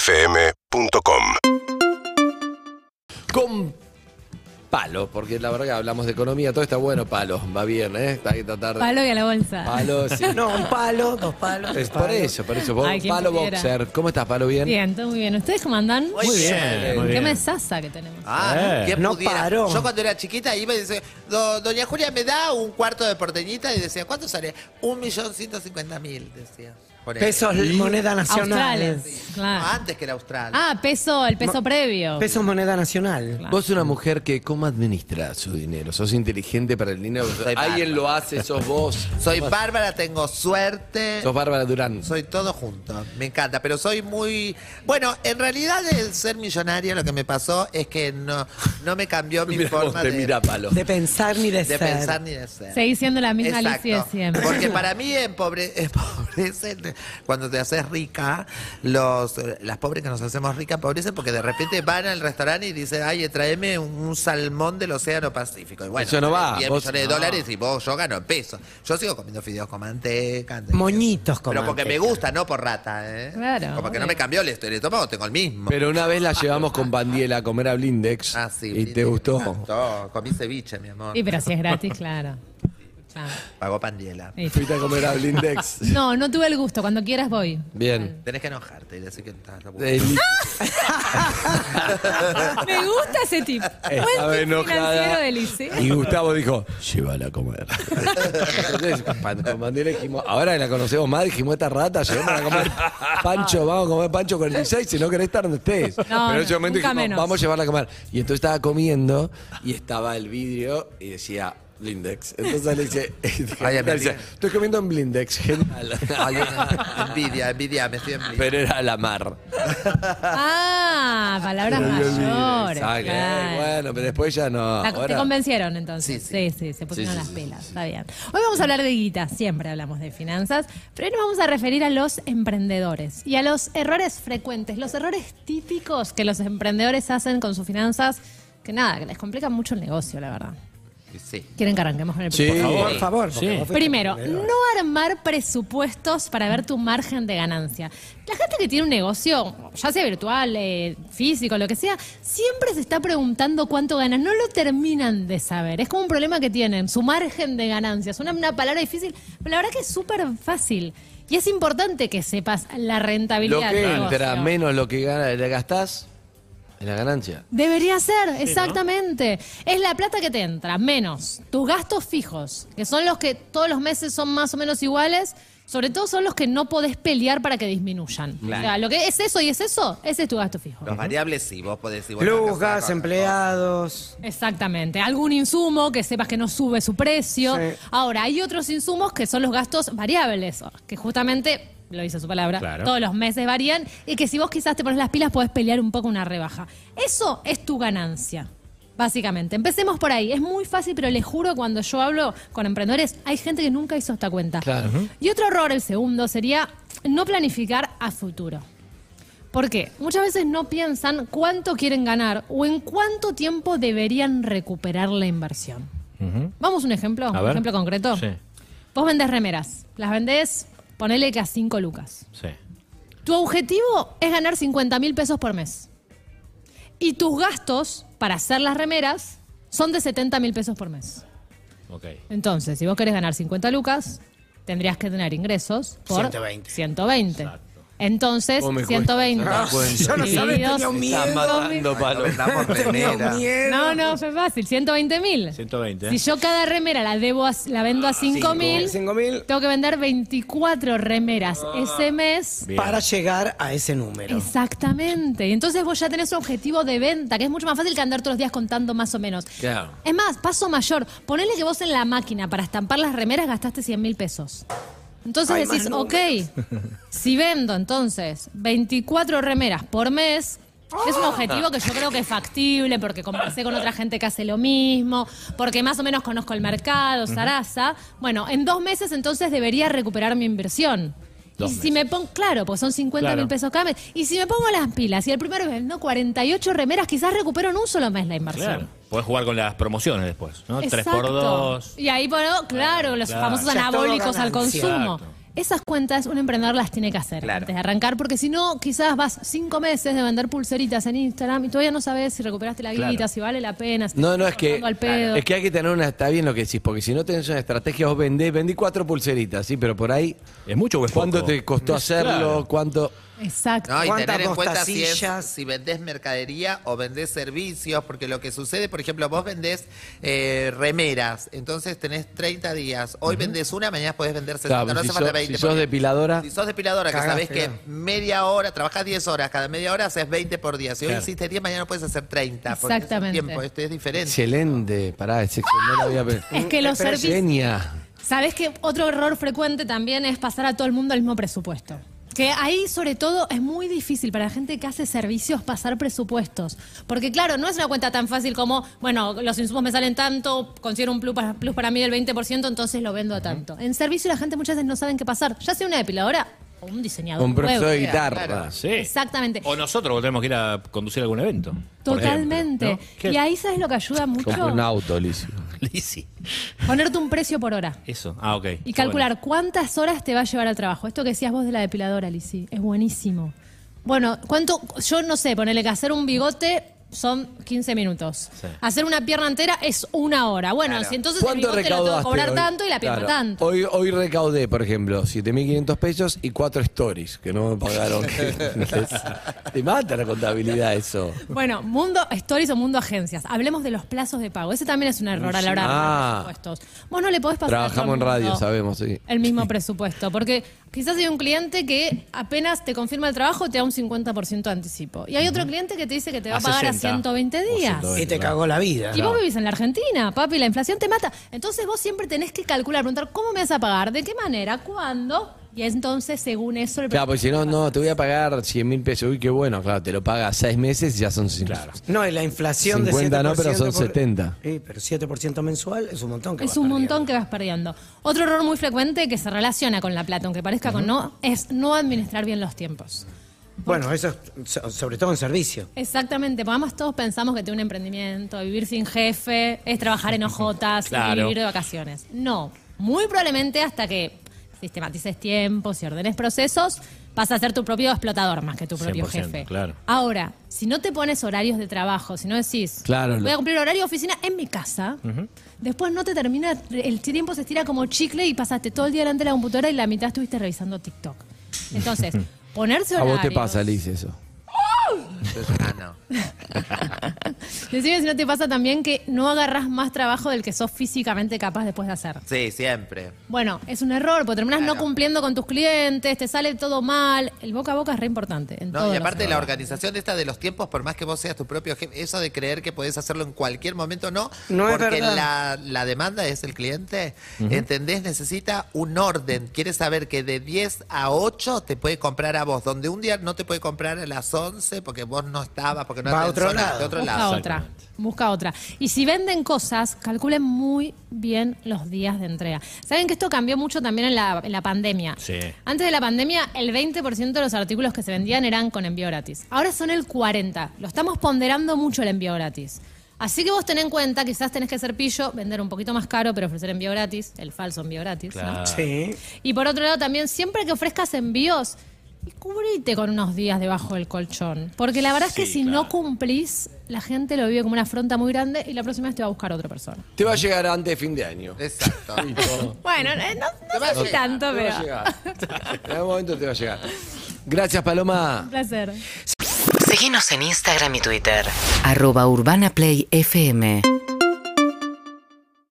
UrbanaPlayFM.com con palo, porque la verdad que hablamos de economía, todo está bueno, palo, va bien, ¿eh? Hay que tratar de... Palo y a la bolsa. Palo, sí. No, un palo, dos palos. Es tres por palos. eso, por eso. Vos, Ay, quién palo pudiera. Boxer, ¿cómo estás, palo? ¿Bien? Bien, todo muy bien. ¿Ustedes cómo andan? Muy bien, muy ¿Qué me sasa que tenemos? Ah, Eh. ¿quién No pudiera? paró. Yo cuando era chiquita iba y decía, "Do- doña Julia, ¿me da un cuarto de porteñita? Y decía, ¿cuánto sale? Un millón ciento cincuenta mil, decía. Ponele. Pesos, moneda nacional. Australes. No, Claro. antes que era austral. Ah, peso, el peso previo. Pesos, moneda nacional. Claro. Vos sos una mujer que cómo administra su dinero, sos inteligente para el dinero, Soy alguien bárbaro. lo hace, sos vos, soy bárbara, tengo suerte. sos Bárbara Durán. Soy todo junto, me encanta, pero soy muy... Bueno, en realidad el ser millonaria lo que me pasó es que no, no me cambió mi Mira cómo forma te de, mira, palo. De pensar ni de, ser. de pensar ni de ser. Seguís siendo la misma Exacto. Alicia de siempre. Porque para mí empobre, empobrecen, cuando te haces rica, los, las pobres que nos hacemos ricas empobrecen porque de repente van al restaurante y dicen, ay, tráeme un, un salmón del Océano Pacífico. Y bueno, Eso no va. 10 Vos- millones de no. dólares y vos, yo gano en pesos. Yo sigo comiendo fideos con manteca. ¿entendés? Moñitos con Pero porque me manteca. gusta, no por rata, ¿eh? Claro, Como que obvio. no me cambió el est- el estómago, tengo el mismo. Pero una vez la llevamos con Bandiela a comer a Blindex Ah, sí, Ah, y te me gustó. encantó. Comí ceviche, mi amor. Y pero si es gratis, claro. Claro. Pagó pandiela. Sí. Fuiste a comer a Blindex. No, no tuve el gusto. Cuando quieras voy. Bien. Tenés que enojarte y decir que estás laburando. Eh, Me gusta ese tipo. Estaba enojada. financiero del ICE. Y Gustavo dijo, llévala a comer. Entonces, pan- con bandera dijimos, ahora que la conocemos más, dijimos, esta rata, llevémosla a comer pancho, vamos a comer pancho 46, si no querés estar donde estés. Pero en ese no, momento nunca dijimos, menos. vamos a llevarla a comer. Y entonces estaba comiendo y estaba el vidrio y decía... Blindex. Entonces le dice, Ay, le dice, amiga. estoy comiendo en Blindex, genial. Ay, una- envidia, envidia, me estoy envidiando. Pero era la mar. Ah, palabras Pero yo olvidé, mayores. exacto. claro. Bueno, pero después ya no. La- te Ahora- convencieron entonces. Sí, Sí, sí. sí, se pusieron Sí, sí, las sí, pelas. Está bien. Hoy vamos a hablar de guita, siempre hablamos de finanzas, pero hoy nos vamos a referir a los emprendedores y a los errores frecuentes, los errores típicos que los emprendedores hacen con sus finanzas, que nada, que les complican mucho el negocio, la verdad. Sí. ¿Quieren que arranquemos con el Sí. primero? Por favor. porque vos fuiste Primero, primero. no armar presupuestos para ver tu margen de ganancia. La gente que tiene un negocio, ya sea virtual, eh, físico, lo que sea, siempre se está preguntando cuánto gana. No lo terminan de saber. Es como un problema que tienen, su margen de ganancia. Es una, una palabra difícil, pero la verdad que es súper fácil. Y es importante que sepas la Lo rentabilidad. del que negocio. entra menos lo que gana, le gastás, es la ganancia. Debería ser, exactamente. Es la plata que te entra, menos tus gastos fijos, que son los que todos los meses son más o menos iguales. Sobre todo son los que no podés pelear para que disminuyan. O sea, lo que es eso y es eso, ese es tu gasto fijo. Los variables sí, vos podés decir. bueno, acá Luz, se va gas, con- empleados. Exactamente. Algún insumo que sepas que no sube su precio. Sí. Ahora, hay otros insumos que son los gastos variables, que justamente, lo dice su palabra, todos los meses varían y que si vos quizás te pones las pilas podés pelear un poco una rebaja. Eso es tu ganancia. Básicamente, empecemos por ahí. Es muy fácil, pero les juro, cuando yo hablo con emprendedores, hay gente que nunca hizo esta cuenta. Claro. Y otro error, el segundo, sería no planificar a futuro. ¿Por qué? Muchas veces no piensan cuánto quieren ganar o en cuánto tiempo deberían recuperar la inversión. Vamos a un ejemplo, un ver. ejemplo concreto. Sí. Vos vendés remeras, las vendés, ponele que a 5 lucas. Sí. Tu objetivo es ganar 50 mil pesos por mes. Y tus gastos para hacer las remeras son de 70 mil pesos por mes. Ok. Entonces, si vos querés ganar 50 lucas, tendrías que tener ingresos por 120. 120. Entonces, ¿Cómo Oh, me cuesta 120. sacar cuentas? Yo no sabía, divididos- tenía un Está miedo. matando palo. Vendamos remera. miedo. No, no, fue fácil. 120 mil. 120. Si yo cada remera la, debo a- la vendo a 5 mil, Cinco mil tengo que vender 24 remeras ese mes. Bien. para llegar a ese número. Exactamente. Y entonces vos ya tenés un objetivo de venta, que es mucho más fácil que andar todos los días contando más o menos. Claro. Es más, paso mayor. Ponele que vos en la máquina para estampar las remeras gastaste 100 mil pesos. Entonces Hay más decís, ok, si vendo entonces 24 remeras por mes, es un objetivo que yo creo que es factible porque conversé con otra gente que hace lo mismo, porque más o menos conozco el mercado, Sarasa. Bueno, en dos meses entonces debería recuperar mi inversión. Dos y si me pongo, claro, porque son 50 mil Claro. pesos cada mes. Y si me pongo las pilas y el primero mes vendo 48 remeras, quizás recupero en un solo mes la inversión. Claro. Podés jugar con las promociones después, ¿no? 3 Exacto. por 2 Y ahí, bueno, claro, los Claro. famosos Ya es todo anabólicos al ganancia. consumo. Exacto. Esas cuentas un emprendedor las tiene que hacer Claro. antes de arrancar, porque si no, quizás vas cinco meses de vender pulseritas en Instagram y todavía no sabes si recuperaste la guita, Claro. si vale la pena. si No, te no, estás es que, portando al pedo. es que hay que tener una, está bien lo que decís, porque si no tenés una estrategia, vos vendés, vendí cuatro pulseritas, sí, pero por ahí, ¿Es mucho o Pues es ¿cuánto poco? te costó hacerlo? Claro. ¿Cuánto? Exacto. No, y ¿Cuántas tener en cuenta si, es- mostacillas? si vendés mercadería o vendés servicios, porque lo que sucede, por ejemplo, vos vendés eh, remeras, entonces tenés 30 días. Hoy vendés una, mañana podés vender 60, Claro, no si, hace sos, falta 20. si sos porque- depiladora, si sos depiladora, que Cagás, sabés que claro. media hora, trabajás 10 horas, cada media hora haces 20 por día. Si hoy hiciste 10, mañana puedes hacer 30. porque es un Exactamente. tiempo, esto es diferente. excelente, pará, es excelente, no lo había pensado. Es que los Pero servicios- Genia. Sabes que otro error frecuente también es pasar a todo el mundo el mismo presupuesto. Que ahí, sobre todo, es muy difícil para la gente que hace servicios pasar presupuestos. Porque, claro, no es una cuenta tan fácil como, bueno, los insumos me salen tanto, considero un plus para, plus para mí del 20%, entonces lo vendo a tanto. En servicio, la gente muchas veces no saben qué pasar. Ya sea una depiladora o un diseñador. Un profesor huevo. de guitarra. claro. Sí. Exactamente. O nosotros porque tenemos que ir a conducir algún evento. por Totalmente. ejemplo, ¿no? ¿Qué? Y ahí, ¿sabes lo que ayuda Compré un mucho? auto, Licio. Lisi. Ponerte un precio por hora. Eso. Ah, ok. Y calcular cuántas horas te va a llevar al trabajo. Esto que decías vos de la depiladora, Lisi, es buenísimo. Bueno, ¿cuánto? Yo no sé, ponerle que hacer un bigote son 15 minutos. Sí. Hacer una pierna entera es una hora. Bueno, si entonces el ¿Cuánto bigote lo tengo que recaudaste? cobrar hoy? tanto y la pierna Claro. tanto. Hoy, hoy recaudé, por ejemplo, 7.500 pesos y cuatro stories que no me pagaron. Te mata la contabilidad eso. Bueno, mundo stories o mundo agencias. Hablemos de los plazos de pago. Ese también es un error a la hora de Ah. arreglar presupuestos. Vos no le podés pasar a todo el Trabajamos en mundo radio, sabemos, sí. El mismo presupuesto. Porque quizás hay un cliente que apenas te confirma el trabajo te da un 50% de anticipo. Y hay otro cliente que te dice que te va a A pagar a 60 120 días. Y te cagó la vida. Y vos vivís en la Argentina, papi, la inflación te mata. Entonces vos siempre tenés que calcular, preguntar cómo me vas a pagar, de qué manera, cuándo. Y entonces, según eso, el Claro, pues si no, no, te voy a pagar 100 mil pesos. Uy, qué bueno, claro, te lo pagas seis meses y ya son cinco. No, y la inflación 50 de 7%. no, pero son por- 70. Sí, pero 7% mensual es un montón. Que Es vas un perdiendo. pues, montón que vas perdiendo. Otro error muy frecuente que se relaciona con la plata, aunque parezca con no, es no administrar bien los tiempos. Bueno, eso es so- sobre todo en servicio. Exactamente, porque además todos pensamos que tener un emprendimiento, vivir sin jefe, es trabajar en ojotas, Claro. y vivir de vacaciones. No, muy probablemente hasta que sistematices tiempos y ordenes procesos, vas a ser tu propio explotador más que tu propio 100%, jefe. claro. Ahora, si no te pones horarios de trabajo, si no decís, Claro, voy lo- a cumplir horario de oficina en mi casa, después no te termina, el tiempo se estira como chicle y pasaste todo el día delante de la computadora y la mitad estuviste revisando TikTok. Entonces, A ponerse horarios. vos te pasa, Liz, eso. Ah, no. Decime si no te pasa también que no agarras más trabajo del que sos físicamente capaz después de hacer. Sí, siempre. Bueno, es un error, porque terminás no Claro. cumpliendo con tus clientes, te sale todo mal. El boca a boca es re importante. en No, todos y los aparte la organización esta de los tiempos, por más que vos seas tu propio jefe, eso de creer que podés hacerlo en cualquier momento, no, No es porque verdad. la, la demanda es el cliente, ¿entendés? Necesita un orden, quiere saber que de 10 a 8 te puede comprar a vos, donde un día no te puede comprar a las 11 porque vos no estabas, porque no Va a atendés, otro lado. de otro Busca lado. otra. Busca otra. Y si venden cosas, calculen muy bien los días de entrega. Saben que esto cambió mucho también en la, en la pandemia. Sí. Antes de la pandemia, el 20% de los artículos que se vendían eran con envío gratis. Ahora son el 40%. Lo estamos ponderando mucho el envío gratis. Así que vos ten en cuenta, quizás tenés que ser pillo, vender un poquito más caro, pero ofrecer envío gratis, el falso envío gratis. ¿no? Ah. Claro. Sí. Y por otro lado, también siempre que ofrezcas envíos, y cubrite con unos días debajo del colchón. Porque la verdad es que Sí, si claro. no cumplís, la gente lo vive como una afronta muy grande y la próxima vez te va a buscar otra persona. Te va a llegar antes de fin de año. Exacto. Bueno, eh, no, Te no va a sé si llegar, tanto, Te va a pero. llegar. En algún momento te va a llegar. Gracias, Paloma. Un placer. Seguinos en Instagram y Twitter. Arroba Urbana Play FM